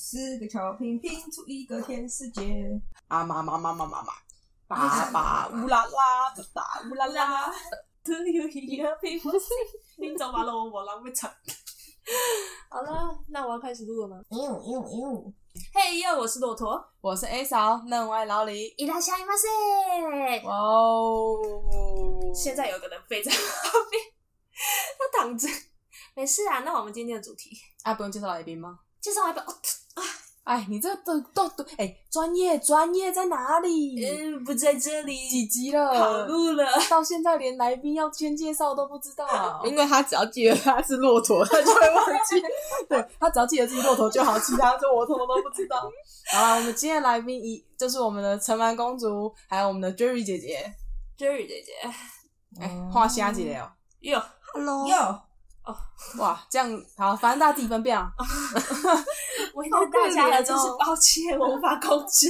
四个巧拼拼出一个天使节。啊妈妈妈妈妈妈， 爸爸乌啦啦，爸爸乌啦啦，都有一个陪我睡。你走吧了，我狼会惨。好了，那我要开始录了吗？哎呦哎呦哎呦！嘿呀，我是骆驼， 我是 A 嫂，嫩歪老李。伊拉下伊马塞。哇哦！现在有个人飞在旁边，他躺着，没事啊。那我们今天的主题啊，不用介绍来宾吗？介绍 来吧。哦，哎，你这都都都，哎，专业专业在哪里？嗯，不在这里，几级跑了？路了。到现在连来宾要先介绍都不知道，因为他只要记得他是骆驼，他就会忘记。 对他只要记得自己骆驼就好，其他就我通通都不知道。好了，我们今天的来宾一就是我们的陈蛮公主，还有我们的 Jerry 姐姐， Jerry 姐姐，哎，画虾姐姐哦。哟，哦 Hello，哟，哇，这样好，反正大家自己分辨啊。为难大家了，真是抱歉，我无法 控制。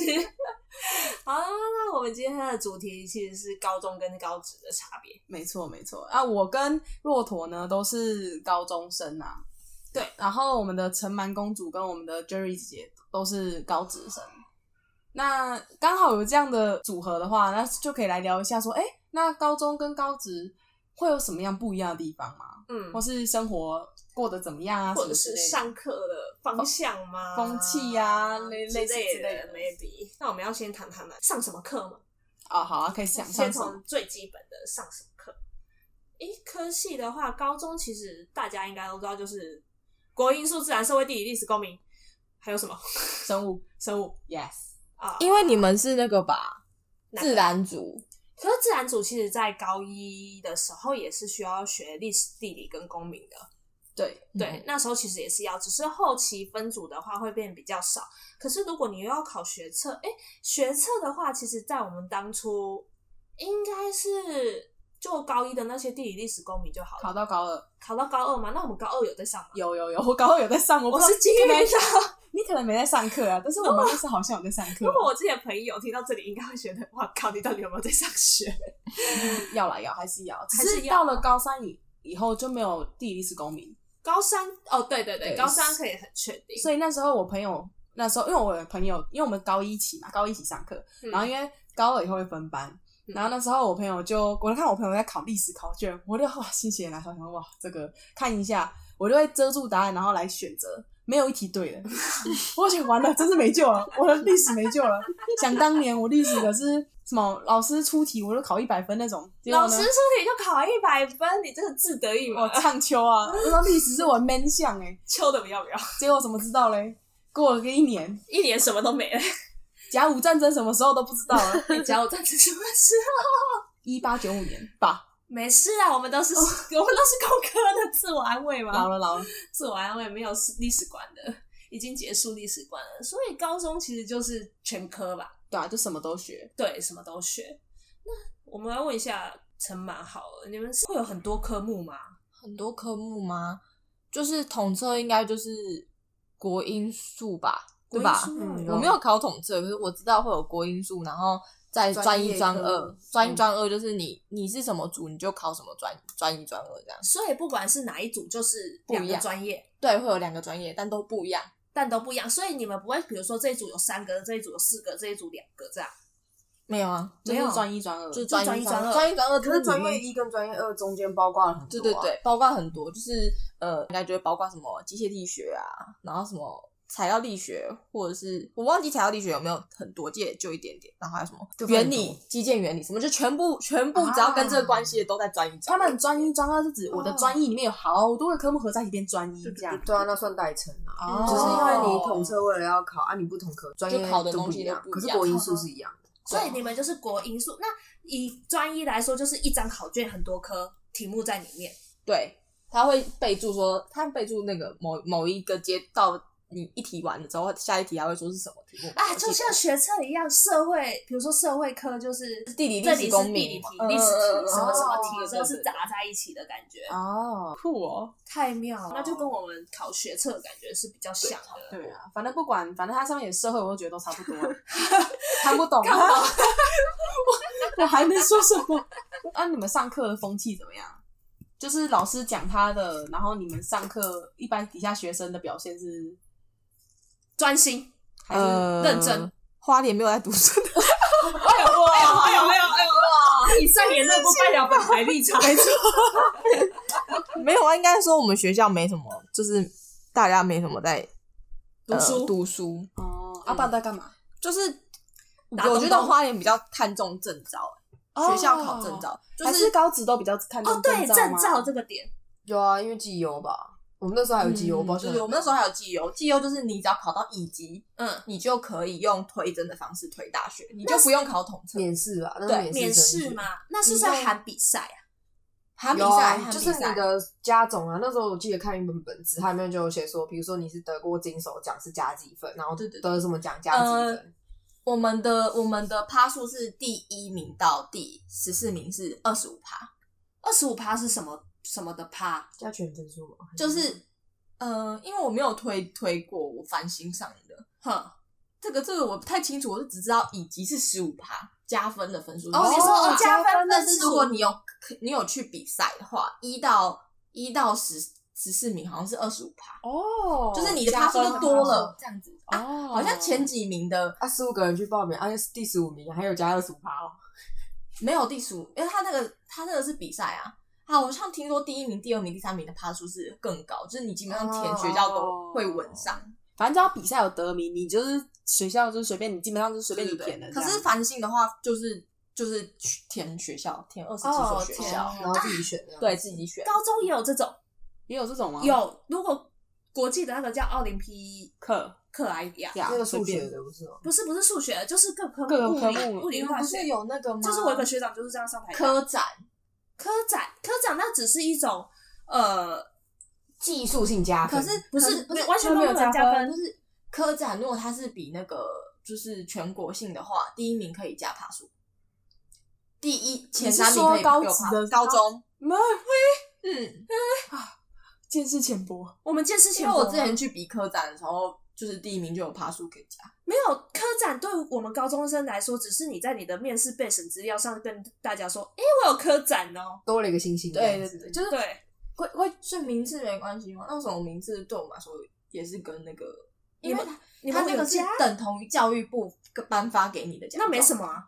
好，那我们今天的主题其实是高中跟高职的差别。没错，没错。啊，我跟骆驼呢都是高中生啊。对，然后我们的陈蛮公主跟我们的 Jerry 姐姐都是高职生。那刚好有这样的组合的话，那就可以来聊一下说，哎，那高中跟高职会有什么样不一样的地方吗？嗯，或是生活过得怎么样啊？或者什是么之类的上课的方向吗？风气呀类之类似类之类的 maybe。那我们要先谈谈来上什么课吗？啊、好啊，可以想先象什么？从最基本的上什么课？一科系的话，高中其实大家应该都知道，就是国英数、自然、社会、地理、历史、公民，还有什么生物生物，yes，啊？因为你们是那个吧，哪个自然组，可是自然组其实在高一的时候也是需要学历史、地理跟公民的。对，嗯对，那时候其实也是要，只是后期分组的话会变比较少。可是如果你又要考学测，哎，学测的话，其实在我们当初应该是就高一的那些地理、历史、公民就好了，考到高二，考到高二嘛。那我们高二有在上吗？有有有，我高二有在上，我不知道我是基于你可能的 你可能没在上课啊，但是我们那时候好像有在上课如。果我自己的朋友听到这里，应该会觉得哇靠，你到底有没有在上学？要啦要，还是要，只还是是要到了高三以以后就没有地理历史公民，高三哦，对对对，对高三可以很确定。所以那时候我朋友那时候，因为我的朋友，因为我们高一一起嘛，高一一起上课，嗯然后因为高二以后会分班。嗯然后那时候我朋友就，我就看我朋友在考历史考卷，我就哇心血来潮想说哇这个看一下，我就会遮住答案，然后来选择，没有一题对的， 我想完了，真是没救了，我的历史没救了。想当年我历史可是什么老师出题我就考一百分那种，结果老呢师出题就考一百分，你真的自得意我满，唱秋啊，我说历史是我的 man 项哎、 秋的不要不要，结果怎么知道嘞？过了个一年，一年什么 都没了。甲午战争什么时候都不知道啊了，你教我这是什么事？一八九五年吧，没事 啊，我们都哦是、我们都是工科的，自我安慰老嘛，了老了，自我安慰没有历史观的，已经结束历史观了，所以高中其实就是全科吧，对啊，就什么都学，对，什么都学。那我们来问一下陈满好了，你们是会有很多科目吗？很多科目吗？就是统测应该就是国英数吧，对吧？国英数嗯我没有考统测，可是我知道会有国英数，然后再专一专专业科二，专一嗯专二就是你你是什么组你就考什么专专一专二这样。所以不管是哪一组，就是不一两样个专业，对，会有两个专业，但都不一样。但都不一样，所以你们不会，比如说这一组有三个，这一组有四个，这一组两个这样。没有啊，就没有是专一专二，就是专专一一专专二二，专一专二就是你们一跟专业二中间包括了很啊啊对对，对，包括很多，就是呃，应该就会包括什么机械力学啊，然后什么材料力学，或者是我忘记材料力学有没有很多，记得就一点点，然后还有什么就分很原多理、基建原理什么，就全部全部只要跟这个关系的都在专一他专二。们专一专二是指我的专一里面有好多个科目合在一起变专一这样，对啊，那算代称啊。哦只是因为你统测为了要考啊，你不同科专业就考的都东不西一都样，不一可是样嗯国英数是一样的。所以你们就是国英数。那以专一来说，就是一张考卷很多科题目在里面。对，他会备注说，他备注那个某某一个街道，你一题完了之后，下一题还会说是什么题目啊，我记就得像学测一样，社会，比如说社会科就是地理这历里史是公地理民题、嗯历史嗯题、嗯什么什么哦题，对之后对是对杂在一起的感觉，哦，酷哦，太妙了。那就跟我们考学测的感觉是比较像哦的。对啊，反正不管，反正它上面有社会，我都觉得都差不多了，看不懂啊， 我我还能说什么？ 啊，你们上课的风气怎么样？就是老师讲他的，然后你们上课一般底下学生的表现是专心还是呃，认真？花莲没有在读书的， 哎呦哇！哎呦哎呦哎呦啊哇！以上言论不代表本台立场。 没错，没有啊，应该说我们学校没什么，就是大家没什么在读呃书读书，哦，阿爸在干嘛？就是打东我觉得东花莲比较看重证照，学校考证照，就还是高职都比较看重哦，对，证吗照这个点，有啊，因为绩优吧，我们那时候还有绩优，嗯包就括是我们那时候还有绩优，绩优就是你只要考到乙级，嗯，你就可以用推甄的方式推大学，你就不用考统测。免试吧，那对是免免试生嘛，那是在喊比赛啊。韩比有赛，啊，韩就比是赛你的加总啊。那时候我记得看一本本子，它里面就有写说，比如说你是得过金手奖是加几分，然后对对对呃得什么奖加几分，我们的我们的趴数是第一名到第十四名是二十五趴，二十五趴是什么什么的趴？加权分数嘛，就是呃，因为我没有推推过，我翻新上的哼，这个这个我不太清楚，我就只知道乙级是十五趴加分的分数。哦你说哦加分但分是数如果你有你有去比赛的话，一到一到十十四名好像是二十五趴，哦，就是你的加趴数分就的多趴了这样子啊。哦，好像前几名的啊，十五个人去报名，啊，第十五名还有加二十五趴哦。没有第十五，因为他那个他那个是比赛啊。啊，我好像听说第一名、第二名、第三名的趴数是更高，就是你基本上哦填学校都会稳上。反正只要比赛有得名，你就是学校就是随便你，基本上就是随便你填的。可是繁星的话，就是就是去填学校，填二十几所学校，然后自己选这哦样。对自己选。高中也有这种，也有这种吗？有如果国际的那个叫奥林匹啊课克莱亚，呀那个随数便学的不是哦，不是不是数学，就是各科目各个科物理目物理化学。有那个吗就是我有个学长就是这样上台的科展，科展科展，那只是一种呃，技术性加分。可是不是可不是完全没有它加分就是科展，如果它是比那个就是全国性的话，第一名可以加趴数，第一前三名可以你是说高有职趴的高中，没嗯。见识浅薄，我们见识啊因前为我之前去比科展的时候，就是第一名就有爬树可以加。没有科展，对我们高中生来说，只是你在你的面试备审资料上跟大家说，诶，我有科展哦。多了一个星星这样子，就对，会会是名次没关系吗？那为什么名次对我们来说也是跟那个，你因为们它你它们那有个是加，等同于教育部颁发给你的奖，啊那没什么。么啊。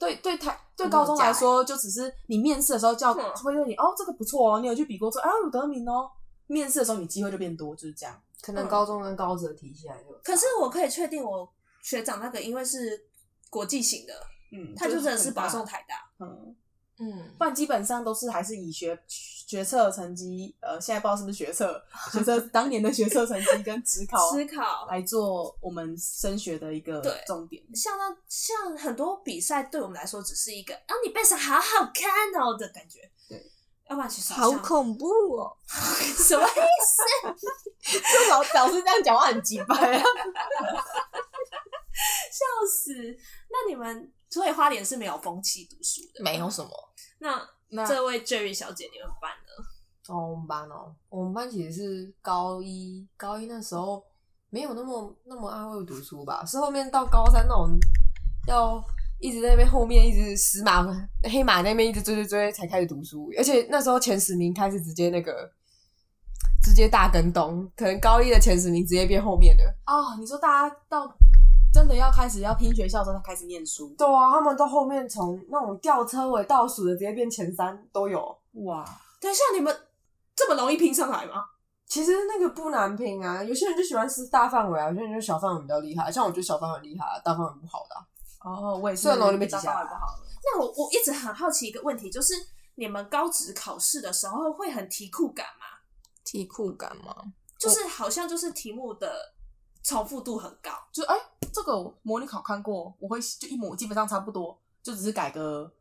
对对台对没有高中来加说，就只是你面试的时候叫嗯会问你哦，这个不错哦，你有去比过这，啊有得名哦。面试的时候你机会就变多，就是这样。可能高中跟高职的体系还是有差。可是我可以确定，我学长那个因为是国际型的，嗯，他就真的是很保大送，台大。嗯，嗯，不然基本上都是还是以学学测成绩，呃，现在不知道是不是学测， 学测当年的学测成绩跟职考思考来做我们升学的一个对重点。像那像很多比赛对我们来说只是一个啊，你背上好好看哦的感觉。对，要不然其实好像恐怖哦！什么意思？这老老师这样讲话很鸡掰啊！笑死！那你们所以花莲是没有风气读书的，没有什么，那那这位 Jerry 小姐，你们办呢？哦，我们班哦，我们班其实是高一，高一那时候没有那么那么爱会读书吧，是后面到高三那种要一直在那边后面一直死马黑马那边一直追追追才开始读书，而且那时候前十名开始直接那个直接大跟东，可能高一的前十名直接变后面的。 哦，你说大家到真的要开始要拼学校的时候才开始念书，对啊，他们到后面从那种吊车尾倒数的直接变前三都有。哇，等一下，你们这么容易拼上来吗？其实那个不难拼啊，有些人就喜欢吃大范围啊，有些人就小范围比较厉害。像我觉得小范围厉害，大范围不好的啊、哦，我也是，算了我就被挤下来不好了。那我我一直很好奇一个问题，就是你们高职考试的时候会很题库感吗？题库感吗？就是好像就是题目的重复度很高。就哎、这个我模拟考看过，我会就一模基本上差不多，就只是改个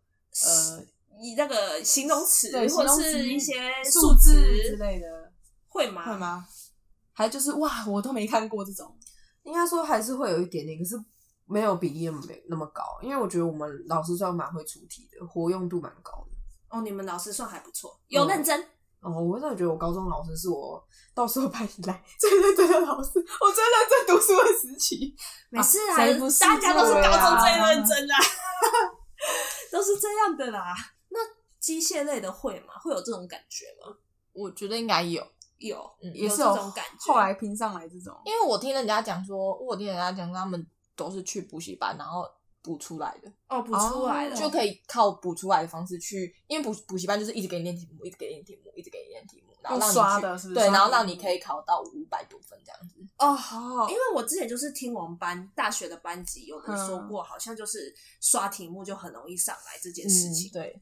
呃以那个形容词对或形容者词是一些数字之值类的，会吗？会？吗？还就是哇，我都没看过这种，应该说还是会有一点点，可是没有比例没那么高。因为我觉得我们老师算蛮会出题的，活用度蛮高的。哦，你们老师算还不错，有嗯认真。啊哦，我真的觉得我高中老师是我到时候班以来最认真的老师，我最认真读书的时期。没事啊，谁不是大家都是高中最对啊认真啦， 都是这样的啦。那机械类的会吗？会有这种感觉吗？我觉得应该有，有嗯也是这种感觉。后来拼上来这种，因为我听人家讲说，我听人家讲他们都是去补习班，然后补出来的，哦，补出来了，就可以靠补出来的方式去，因为补补习班就是一直给你练题目，一直给你练题目，一直给你练题目，然后让你去刷的是不是对，刷然后题目让你可以考到五百多分这样子。哦。哦因，为我之前就是听我们班大学的班级有人嗯说过，好像就是刷题目就很容易上来这嗯件事情，嗯对，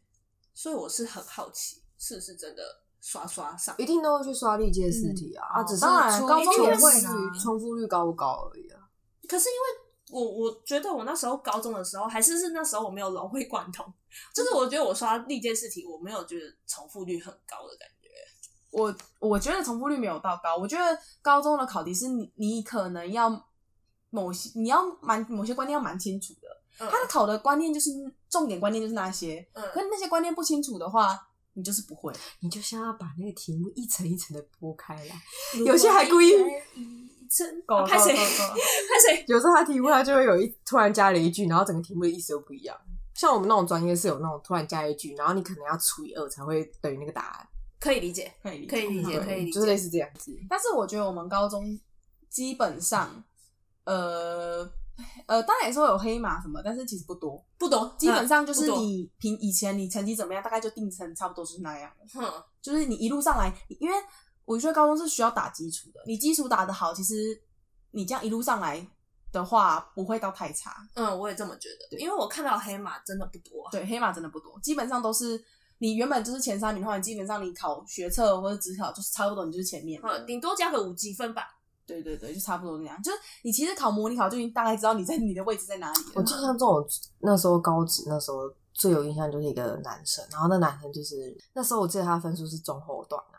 所以我是很好奇，是不是真的刷刷上？一定都会去刷历届试题啊，嗯啊，只是当然出高中也会出啦重复率高不高而已啊。可是因为我我觉得我那时候高中的时候，还是是那时候我没有融会贯通，就是我觉得我刷历届试题，我没有觉得重复率很高的感觉。我我觉得重复率没有到高，我觉得高中的考题是你你可能要某些你要蛮某些观念要蛮清楚的，嗯他的考的观念就是重点观念就是那些，嗯可是那些观念不清楚的话，你就是不会。你就像要把那个题目一层一层的剥开来，如有些还故意果一 真够了拍谁够了 够了拍谁？有时候他题目他就会有一突然加了一句，然后整个题目的意思都不一样。像我们那种专业是有那种突然加一句，然后你可能要除以二才会等于那个答案，可以理解，可以理可以理解，嗯对可以理就是类解。似这样子。但是我觉得我们高中基本上，呃呃，当然也是会有黑马什么，但是其实不多，不懂，基嗯本上就是啊不多你凭以前你成绩怎么样，大概就定成差不多就是那样。哼，就是你一路上来，你因为我觉得高中是需要打基础的，你基础打得好，其实你这样一路上来的话，不会到太差。嗯，我也这么觉得，因为我看到黑马真的不多啊。对，黑马真的不多，基本上都是你原本就是前三名的话，你基本上你考学测或者职考就是差不多，你就是前面的。嗯，顶多加个五积分吧。对对对，就差不多那样。就是你其实考模拟考就已经大概知道你在你 的位置在哪里我了。就像这种那时候高职那时候最有印象就是一个男生，然后那男生就是那时候我记得他分数是中后段啊，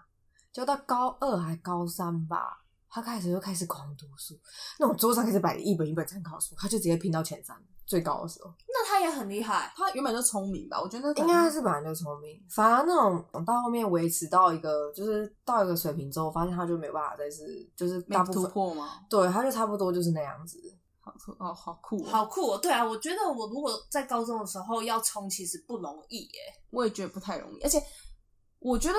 就到高二还高三吧，他开始就开始狂读书，那种桌上开始摆一本一本参考书，他就直接拼到前三，最高的时候。那他也很厉害，他原本就聪明吧，我觉得可应能该是本来就聪明，反而那种到后面维持到一个就是到一个水平之后，发现他就没办法再是就是没大部突分破吗？对，他就差不多就是那样子。好突哦，好酷、哦，好酷哦！对啊，我觉得我如果在高中的时候要冲，其实不容易耶。我也觉得不太容易。而且我觉得，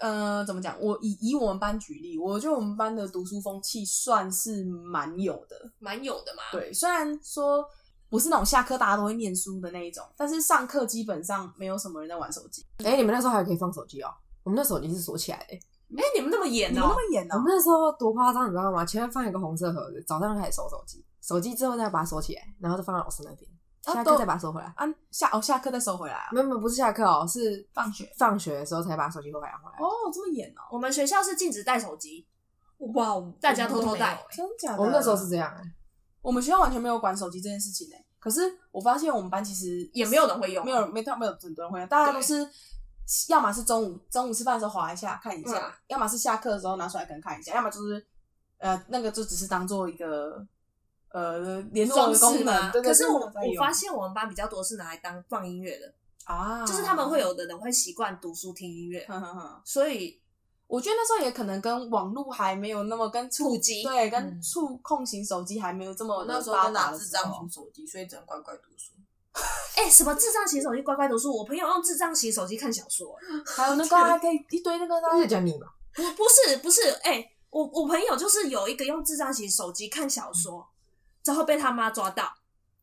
呃，怎么讲？我以以我们班举例，我觉得我们班的读书风气算是蛮有的。蛮有的嘛。，对，虽然说不是那种下课大家都会念书的那一种，但是上课基本上没有什么人在玩手机。哎、你们那时候还可以放手机哦、我们那手机是锁起来的、哎、你们那么严你们那哦、么严呢、我们那时候多夸张，你知道吗？前面放一个红色盒子，早上开始收手机，手机之后再把它锁起来，然后就放到老师那边，啊下都课再把它收回来。啊，下哦下课再收回来啊。没有没有，不是下课哦、是放学放学的时候才把手机收回来回来。哦，这么严哦，我们学校是禁止带手机，哇，大家偷偷带。真假的？我们那时候是这样、欸，我们学校完全没有管手机这件事情呢、可是我发现我们班其实也没有人会用没有没有没有很多人会用，大家对都是要么是中午中午吃饭的时候划一下看一下，嗯要么是下课的时候拿出来可能看一下，要么就是呃那个就只是当做一个呃联络装的饰功吗能。？对对可是我对对对我发现我们班比较多是拿来当放音乐的，啊，就是他们会，有的人会习惯读书听音乐，哼哼哼。所以我觉得那时候也可能跟网络还没有那么跟触触及对，跟嗯触控型手机还没有这么我那时候发都达拿的智时候障型手机，所以只能乖乖读书。哎、什么智障型手机乖乖读书，我朋友用智障型手机看小说，还有那个啊还可以一堆那个那是啊讲你吧？不不是不是，哎、我我朋友就是有一个用智障型手机看小说，之后被他妈抓到，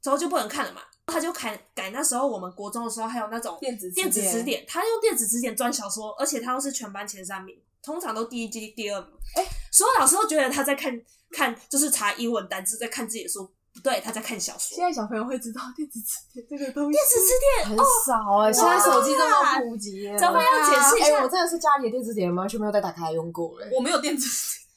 之后就不能看了嘛，他就改改那时候我们国中的时候还有那种电子电子词词典。典，他用电子词典钻小说，而且他又是全班前三名，通常都第一、第第二名。哎、所有老师都觉得他在看看，就是查英文单词，在看自己的书，不对，他在看小说现。在小朋友会知道电子词典这个东西，啊电子词典很少哎、现在手机这么普及、欸，咱们要解释一哎、下，我真的是家里的电子典完全没有再打开来用过哎、我没有电子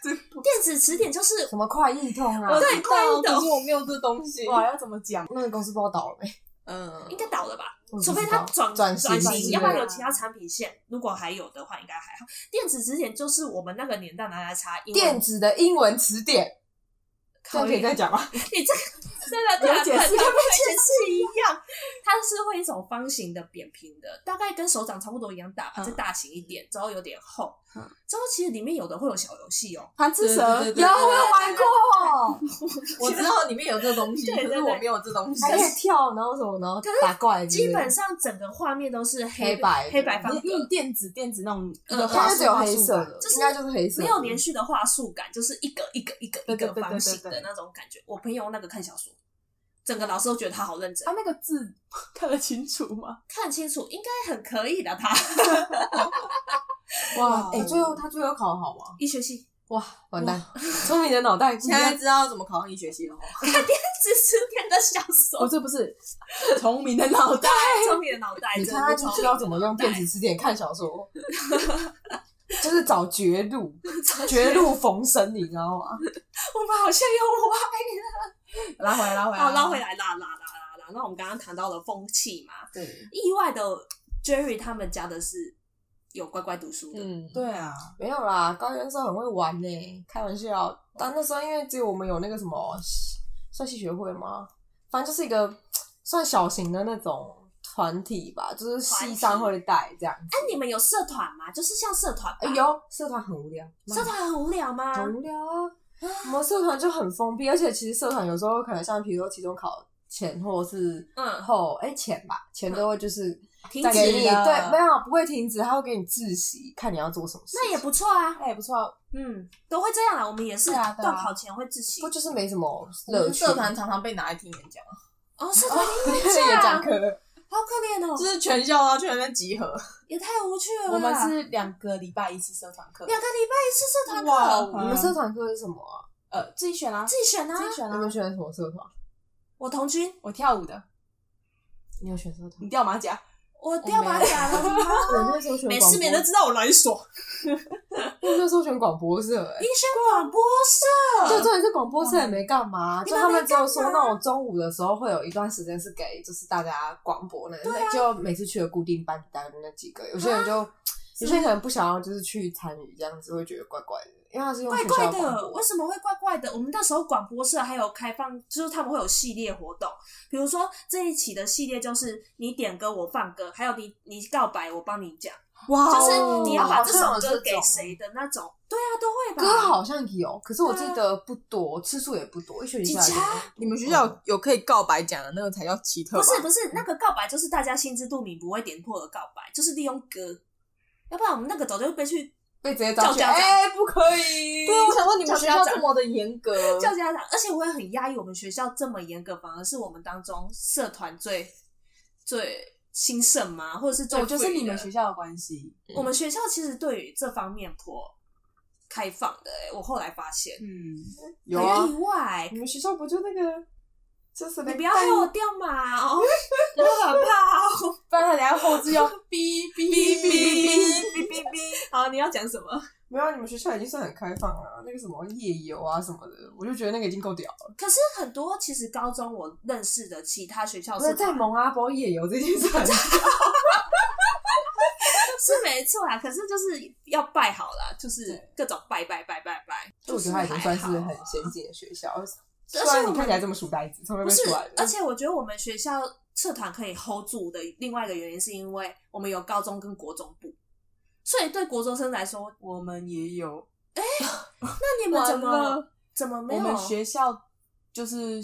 这电子词典就是什么快易通啊？对快易可懂是我没有这东西。哇，要怎么讲？那个公司不知道倒了没？嗯，应该倒了吧？我不知除道非它转转型，型，要不然有对其他产品线。如果还有的话，应该还好。电子词典就是我们那个年代拿来查英文电子的英文词典，这考样可以验。再讲吗？ 你这个真的假的？解释它啊跟解释一样，它是会一种方形的、扁平的，大概跟手掌差不多一样大吧，嗯再大型一点，之后有点厚嗯，之后其实里面有的会有小游戏哦。啊贪吃蛇对对对对有我有玩过，过，我知道里面有这东西，对对可对是我没有这东西。还可以跳，然后什么，然后打怪基本上整个画面都是黑黑白的黑白方格，因为电子电子那种一个嗯画素它就只有黑色的，就是应该就是黑色没的，有连续的话术感，就是一个一个一个一对对个对对方形对对的那种感觉。我朋友那个看小说，整个老师都觉得他好认真他，那个字 看得清楚吗？看清楚应该很可以的。他哇哎，最后他最后考得好 吗？一学期哇，完蛋！聪明的脑袋，现在知道怎么考上医学系了哦。只是两个小哦，手，这不是聪明的脑袋，聪明的脑袋， 你真看的他聪就明知道怎么用电子词典看小说，就是找绝路，绝路逢生，你知道吗？我们好像又拉回来，拉回来，好哦拉回。来，拉拉拉拉拉。那我们刚刚谈到了风气嘛，对，意外的 Jerry 他们家的是有乖乖读书的，嗯，对啊，没有啦，高中时候很会玩呢、开玩笑。但那时候因为只有我们有那个什么戏算戏学会吗？反正就是一个算小型的那种团体吧，就是系上会带这样哎、子。你们有社团吗？就是像社团吧，哎呦，社团很无聊，社团很无聊吗？很无聊啊！我们社团就很封闭，而且其实社团有时候可能像比如说期中考前或者是嗯后，哎、前吧，前都会就是 停再给止你了对，没有不会停止，他会给你自习，看你要做什么事情。那也不错啊，哎，不错，嗯，都会这样啦。我们也是对啊对啊段考前会自习不就是没什么我乐们趣？社团常常被拿来听演讲，哦，社团音 乐演家，讲好课，可怜哦就，是全校啊要去那边集合，也太无趣了我啦。们是两个礼拜一次社团课，两个礼拜一次社团哇课，你们社团课是什么啊？呃，自己选啊，自己选啊自。己选你啊们。选什么社团？我童军，我跳舞的，你有选社团？你掉马甲，我掉马甲了。 我那时候选每广次播没人知道我来 爽。我那时候选广播社、 欸，你选广播社，就重点是广播社也没干嘛，啊就他们只有你说们没干嘛那种中午的时候会有一段时间是给就是大家广播那，就每次去的固定班单那几个，有些人就有些人可能不想要就是去参与这样子，会觉得怪怪的，因为他是用怪学校怪广的，啊播为，什么会怪怪的？我们那时候广播社还有开放，就是他们会有系列活动，比如说这一期的系列就是你点歌我放歌，还有你你告白我帮你讲，哇就是你要把这首好像有歌这给种谁的那种。对啊，都会吧。歌好像有，可是我记得不多，次数也不多，一学期下来嗯几家也没有多你们学校有有可以告白讲的那个才叫奇特不吧？是不是，那个告白就是大家心知肚明不会点破的告白，就是利用歌，要不然我们那个早就被去被直接叫叫去，家长哎、不可以。对啊，我想说你叫们学家校长这么的严格，叫家长，而且我也很压抑，我们学校这么严格，反而是我们当中社团最最兴盛嘛，或者是最我觉得是你 free 的嗯们学校的关系。我们学校其实对于这方面颇开放的、欸，我后来发现嗯，有很啊，意外。你们学校不就那个，就是你那不要害我掉马哦， 我很怕哦。不然他等下后置要哔哔哔哔哔哔哔。好，你要讲什么？没有啊，你们学校已经算很开放了，啊那个什么夜游啊什么的，我就觉得那个已经够屌了。可是很多其实高中我认识的其他学校不是是在蒙阿波夜游这件事很，是没错啊，可是就是要拜好啦，就是各种拜拜拜拜拜。 就我觉得它已经算是就是还很好先进的学校。 虽且然我你们看起来这么书呆子，从来不没是出来，而的。且我觉得我们学校社团可以 hold 住的另外一个原因，是因为我们有高中跟国中部，所以对国中生来说，我们也有，那你们怎完么怎么没我有们学校就是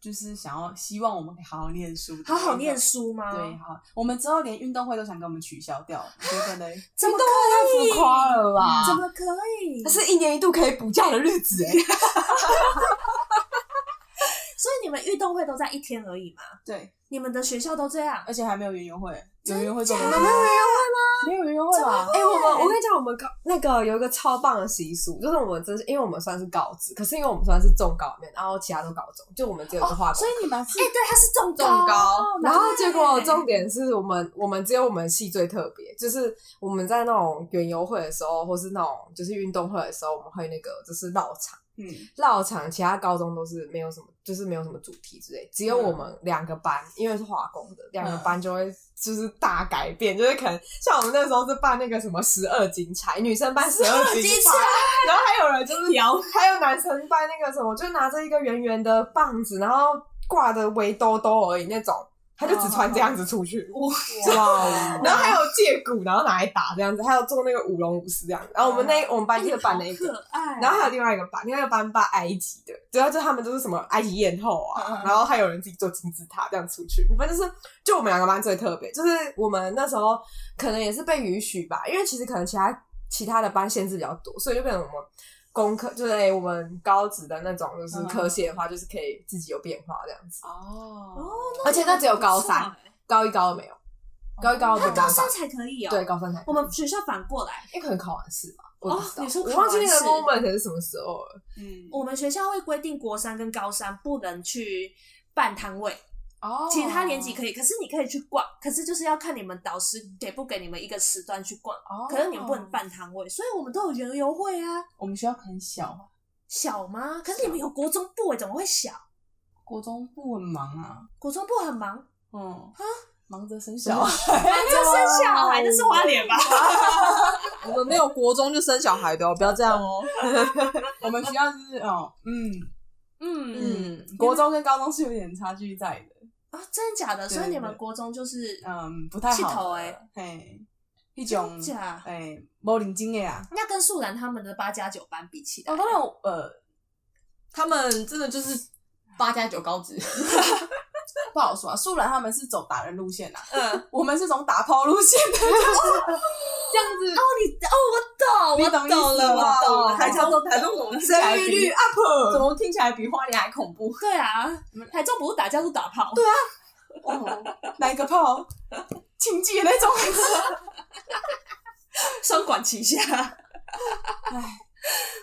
就是想要希望我们可以好好念书，好好念。书吗？对，，好，我们之后连运动会都想给我们取消掉，你觉得呢？怎么可以？太浮夸了吧？怎么可以？那是一年一度可以补假的日子 哎、所以你们运动会都在一天而已嘛？对，你们的学校都这样？呃而且还没有圆圆会，有圆圆会做我们没有圆圆会吧？哎、我们我跟你讲，我们高那个有一个超棒的习俗，就是我们真是因为我们算是高职，可是因为我们算是中高里面，然后其他都高中，就我们只有一个化工。所以你们是哎、对，他是中重高，然哦后结欸果重点是我们，我们只有我们系最特别，就是我们在那种园游会的时候，或是那种就是运动会的时候，我们会那个就是绕场，嗯，绕场其他高中都是没有什么，就是没有什么主题之类，只有我们两个班，因为是化工的，两个班就会就是大改变，就是可能像我们那时候是办那个什么十二金钗，女生办十二金金钗钗，然后还有人就是摇还有男生办那个什么，就拿着一个圆圆的棒子，然后挂的围兜兜而已那种，他就只穿这样子出去，哦哇， 然后还有借鼓，然后拿来打这样子，还有做那个舞龙舞狮这样子。然后我们那、我们班就办了一可个，爱。然后还有另外一个班，另外一个班办埃及的，主要就他们都是什么埃及艳后啊，嗯嗯然后还有人自己做金字塔这样出去。反正就是就我们两个班最特别，就是我们那时候可能也是被允许吧，因为其实可能其他其他的班限制比较多，所以就变成我们。功课就是、哎我们高职的那种，就是嗯科系的话，就是可以自己有变化这样子。哦，而且那只有高三不错欸，高一高二没有，高一高二没他有高办法三。才可以哦。对，，高三才可以。我们学校反过来，因为可能考完试吧，我也不知哦道你说我考忘记完那个试 moment 是什么时候了。嗯，我们学校会规定国三跟高三不能去办摊位，哦其他年级可以，可是你可以去逛，可是就是要看你们导师给不给你们一个时段去逛，哦可是你们不能办摊位，所以我们都有园游会啊，我们学校很小啊，小吗？可是你们有国中部诶，欸怎么会小？国中部很忙啊，国中部很忙，嗯，忙着生小孩， 这生小孩，这是花脸吧？我们没有国中就生 小孩的哦，不要这样哦。我们学校就是哦，嗯嗯嗯，国中跟高中是有点差距在的，啊，真的假的？对所以你们对国中就是嗯，不太好。气头欸，嘿，一种真假哎，无认真的啊。那跟素兰他们的八加九班比起来，哦，当然，呃，他们真的就是八加九高职，不好说啊，素兰他们是走打人路线啊，嗯， 我们是走打炮路线的，这样子哦，你哦，我懂，你我懂意懂思了，吗我懂我了，还台是中要台中怎么听起生来育比率 up，怎么听起来比花莲还恐怖？对啊，台中不是打架是打炮，对啊，哪一个炮？情节那种， 双管齐下。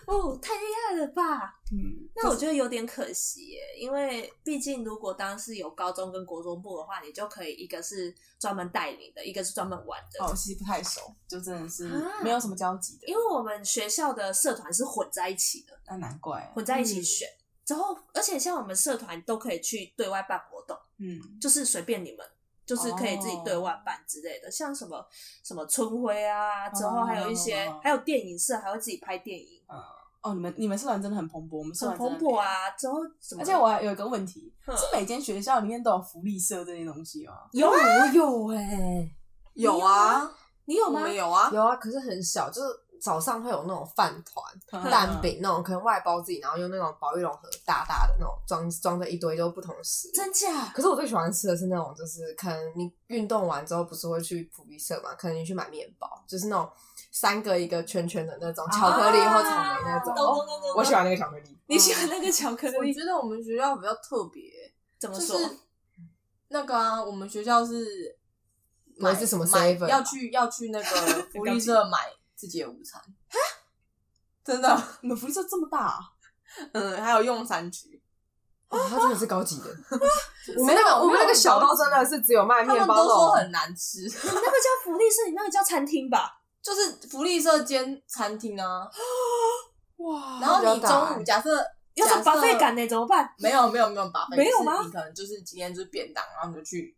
哦，太厉害了吧！嗯，那我觉得有点可惜耶，因为毕竟如果当时有高中跟国中部的话，你就可以一个是专门带你的，一个是专门玩的。哦，其实不太熟，就真的是啊没有什么交集的，因为我们学校的社团是混在一起的，那难怪啊，混在一起选。之后，而且像我们社团都可以去对外办活动，嗯，就是随便你们，就是可以自己对外办之类的，像什么什么春晖啊，之后还有一些，哦还有电影社还会自己拍电影，哦，你们你们社团真的很蓬勃，我们社很团真蓬的勃啊。之后什没有。么，而且我还有一个问题，哼是每间学校里面都有福利社这些东西吗？有我有哎、欸有啊，你有我吗？们有啊，有啊，可是很小，就是早上会有那种饭团、嗯蛋饼那种，可能外包自己，然后用那种保育笼盒大大的那种装装着一堆就是不同的食物。真假？可是我最喜欢吃的是那种，就是可能你运动完之后不是会去福利社嘛，可能你去买面包，就是那种三个一个圈圈的那种巧克力或草莓那种。懂哦懂懂懂我喜欢那个巧克力。你喜欢那个巧克 我力？觉得我们学校比较特别，怎么就说？哦是那个啊，我们学校是不会买是什么买 seven 吧要去要去 那个福利社买自己的午餐，真的，你们福利社这么大啊， 嗯，还有用餐区，哦，它真的是高级的。我我们那个我们那个小到真的是只有卖他面们包都说肉，很难吃，你那个叫福利社，你那个叫餐厅吧？就是福利社兼餐厅 啊，哇然后比较你大中午假设要假是设拔费感呢，怎么办？没有没有没有把费，没有就是吗你可能就是今天就是便当，然后你就去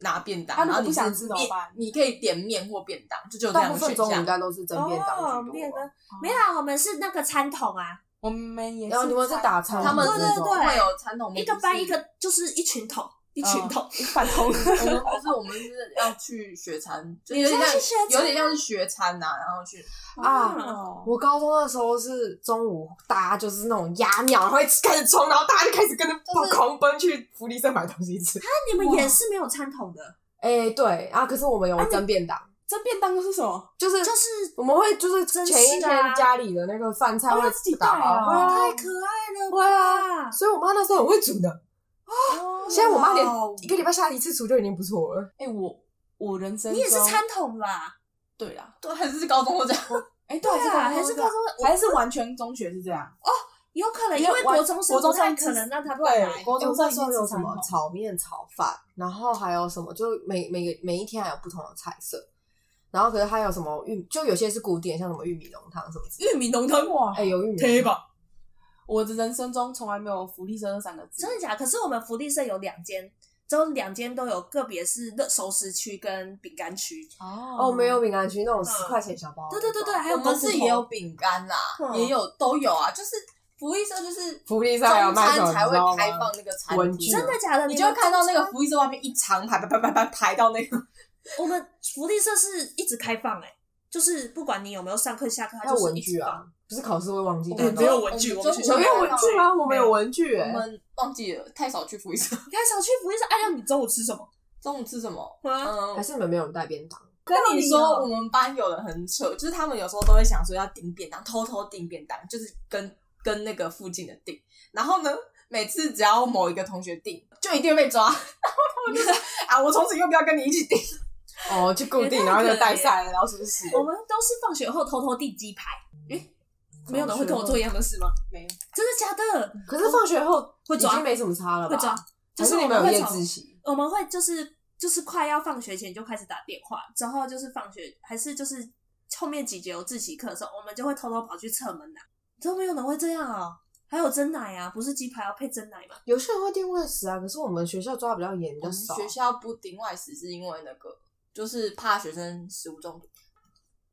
拿便当，他如然果后你不想是吃怎么面办你可以点面或便当，就只有这大两部个分选中午应项。该都是蒸便当哦居便多当吧。没有啊，我们是那个餐桶啊，我们也然哦后你们是 打餐，他们对是对对会有传统，一个班一，个就是一群桶，一群桶。反同，我们不是我们是要去学餐，就有你点们像是学餐有点像是学餐呐，然后去啊我高中的时候是中午，大家就是那种压尿，然后一起开始冲，然后大家就开始跟着就是狂奔去福利社买东西吃。那你们也是没有餐桶的，哎、对啊，可是我们有蒸便当，这便当是什么？就是就是我们会就是真前是一啊天家里的那个饭菜哦会要自己带打包，哦太可爱了对啊吧！所以我妈那时候很会煮的。现在我妈连一个礼拜下一次厨就已经不错了。哎，我我人生你也是中餐桶吧？对啦，对，还是高中都这样，哎，对对啊，还还是是高高中中，这样，还是完全中学是这样，有可能没因有为完国中生国中不太生可是能让他乱来对，。国哎中我那已时经候有是什餐么桶炒面、炒饭，然后还有什么，就每每个每一天还有不同的菜色。然后可是还有什么玉，就有些是古典，像什么玉米浓汤什么之类的。玉米浓汤哇哎、有玉米浓汤。吧，我的人生中从来没有福利社这三个字，真的假的？可是我们福利社有两间，只有两间都有，个别是热熟食区跟饼干区。哦，哦我们有饼干区那种十块钱小包，嗯对对对对，，还有我们公是司也有饼干啦，嗯也有都有啊，就是福利社就是福利社中还有卖餐什么才会开放那你知道吗个餐文厅具，真的假的？你们就会看到那个福利社外面一长排排排排排排到那个，我们福利社是一直开放哎、就是不管你有没有上课下课，它还有就是文一直具放。啊，不是考试会忘记我带们吗只？有文具，我我们们中学午校有没有没有文具啊吗？我们有文具我哎，们忘记了，太少去福利社。你看小区福利社，哎亮，你中午吃什么？中午吃什么？啊，嗯还，是你们没有人带便当？跟你哦说，我们班有人很扯，就是他们有时候都会想说要订便当，偷偷订便当，就是跟跟那个附近的订。然后呢，每次只要某一个同学订，就一定会被抓。然后他们就说：“啊，我从此又不要跟你一起订。哦，就固也定，太然后就可带怜晒了，然后是不是？我们都是放学后偷偷订鸡排。诶，没有人会跟我做一样的事吗？”没有，真的假的？可是放学后会 已抓经没什么差了吧？会抓，就还是我你们们有会夜从自习？我们会就是就是快要放学前就开始打电话，之后就是放学还是就是后面几节有自习课的时候，我们就会偷偷跑去侧门拿。都没有人会这样哦，还有蒸奶啊，不是鸡排要配蒸奶吗？有些人会订外食啊，可是我们学校抓比较严，比我较们少。学校不订外食是因为那个，就是怕学生食物中毒，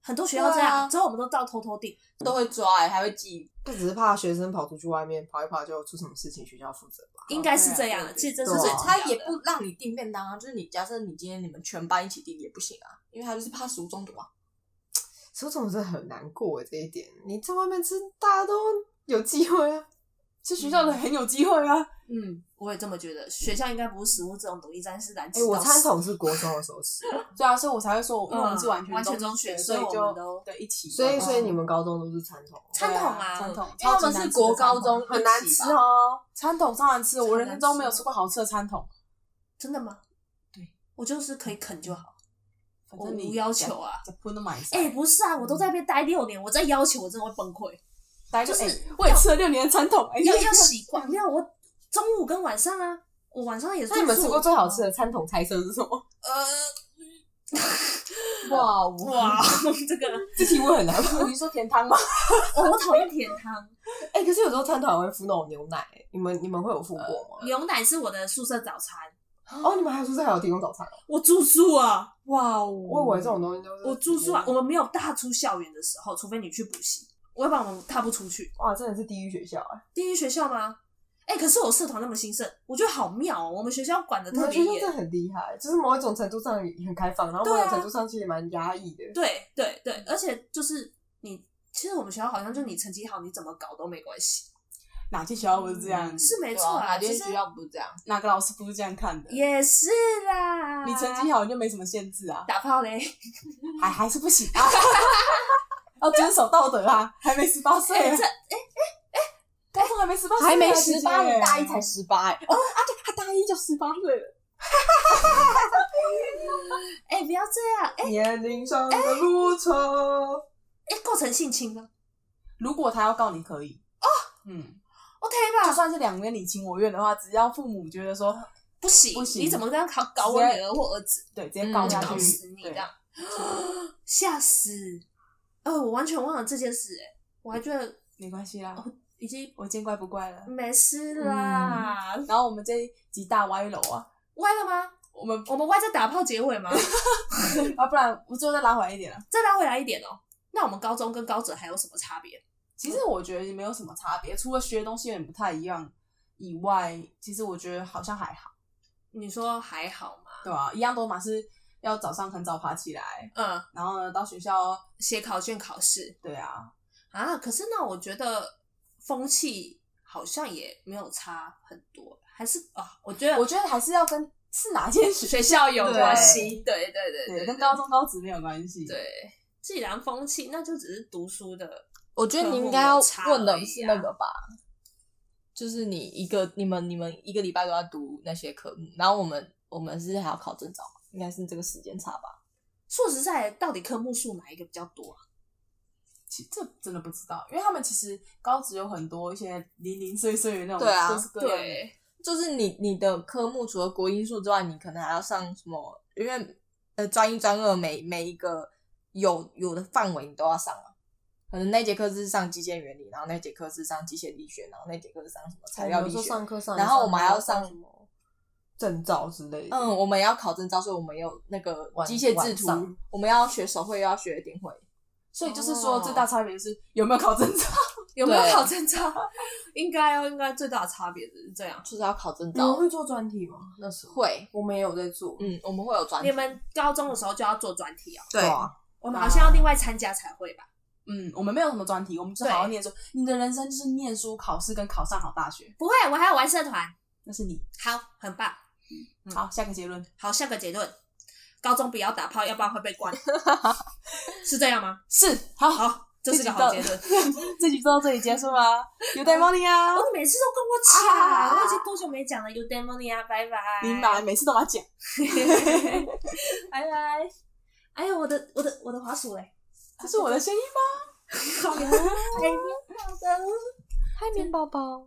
很多学校这样，对啊之后我们都到偷偷订。都会抓、欸，还会记。他只是怕学生跑出去外面跑一跑就出什么事情，学校负责吧。应该是这样对啊的，其实这是对就啊是最重要他的也不让你订便当啊，就是你假设你今天你们全班一起订也不行啊，因为他就是怕食物中毒啊。所以我真的很难过欸这一点。你在外面吃，大家都有机会啊。是学校的很有机会啊。嗯，我也这么觉得。学校应该不是食物这种东西，但是燃哎、气我到餐死桶是国中的时候 吃，对啊，所以我才会说，因为我们是完全嗯完全中中学所以所以我就们都对一起的，所以嗯所以你们高中都是餐桶，餐桶啊，餐桶，因为他们是国高中，很难吃，哦。餐桶超难吃，我人生中没有吃过好吃的餐桶。真的吗？对，我就是可以啃就好，嗯反我正你无要求啊。不能买。哎、不是啊，我都在那边待六年，我再要求我真的会崩溃。大家就是哎我也吃了六年的餐桶，哎， 你要这样要 习惯，没有我中午跟晚上啊，我晚上也是。那你们吃过最好吃？的餐桶菜色是什么？ 哇哇！呃 哇，哦这个这题我很难问。你说甜汤吗？我我讨厌甜汤，哎、可是有时候餐桶还会附那种牛奶、你们你们会有附过吗？牛奶是我的宿舍早餐，哦，你们还有宿舍还有提供早餐哦、我住宿啊，哇哦！我以为这种东西就是我住宿啊，我们没有踏出校园的时候，除非你去补习，我要不然我们踏不出去。哇，真的是地狱学校哎、第一学校吗？哎、可是我社团那么兴盛，我觉得好妙哦。我们学校管的你特们别学校严真的，很厉害，就是某一种程度上很开放，然后对某啊种程度上其实也蛮压抑的。对对嗯对，而且就是你，其实我们学校好像就你成绩好，你怎么搞都没关系，哪些学校不是这样？是没没错错，啦。啊哪其间实学校不是这样？哪个老师不是这样看的？也是啦，啊你成绩好，你就没什么限制啊，打炮嘞，嗯还还是不行啊， 要遵守道德啊，还没十八岁哎、啊，这高中还没十八岁啊，哎还没十八，姐姐你大一才十八哎！哦啊，对，他大一就十八岁了。哎、不要这样，哎、年龄上的路程，哎、构成性侵了如果他要告你可以哦嗯， ，OK 啊就吧？算是两边你情我愿的话，只要父母觉得说嗯不行，不行你怎么这样搞搞我直接女儿或儿子？对，直接告我就下嗯搞去，死你对这样，吓死！哦，我完全忘了这件事、哎，我还觉得没关系啦，哦已经我见怪不怪了。没事啦，然后我们这一集大歪楼啊，歪了吗？我们我们歪在打炮结尾吗？ 啊，不然我最后再拉回来一点啊。再拉回来一点哦。那我们高中跟高职还有什么差别？其实我觉得没有什么差别，除了学的东西有点不太一样以外，其实我觉得好像还好，你说还好吗？对啊，一样都嘛是要早上很早爬起来，嗯，然后呢到学校，写考卷、考试对啊，啊。可是那我觉得风气好像也没有差很多，还是啊，我觉得我觉得还是要跟是哪件学学校有关系。对对 对对，对跟对高中高职没有关系，，对，既然风气，那就只是读书的。我觉得你应该要问的是那个吧，就是你一个你们你们一个礼拜都要读那些科目，然后我们我们是还要考证照嘛，应该是这个时间差吧？说实在，到底科目数哪一个比较多啊？其这真的不知道，因为他们其实高职有很多一些零零碎碎的那种，对啊各式各样的，就是你你的科目除了国英数之外，你可能还要上什么？因为呃，专一专二每每一个有有的范围你都要上啊。可能那节课是上机械原理，然后那节课是上机械力学，然后那节课是上什么材料我力们说学。上课上一上，然后我们还要上什么证照之类的。嗯，我们也要考证照，所以我们也有那个晚机械制晚上图，我们要学手绘，又要学点绘。所以就是哦说，最大差别是有没有考证照。有没有对考证照？ 应该哦，应该最大的差别是这样。就是要考证你们照，会做专题吗？那时候会，我们也有在做，嗯，我们会有专你题，们高中的时候就要做专题哦，对啊我们好像要另外参加才会吧？嗯，我们没有什么专题，我们就是好好念书。你的人生就是念书、考试跟考上好大学，不会，我还要玩社团。那是你。好，很棒。嗯好，下个结论好，下个结论：高中不要打炮，要不然会被 关。是这样吗？是好，好，这是个好结论。 这集就到这里结束啦。有带 money 啊我，每次都跟我啊抢，我已经多久没讲了？You demonia，拜拜。你买每次都把它讲。拜拜。哎呀，我的我的我的滑鼠嘞！哎这是我的声音吗？海绵宝宝，海绵宝宝。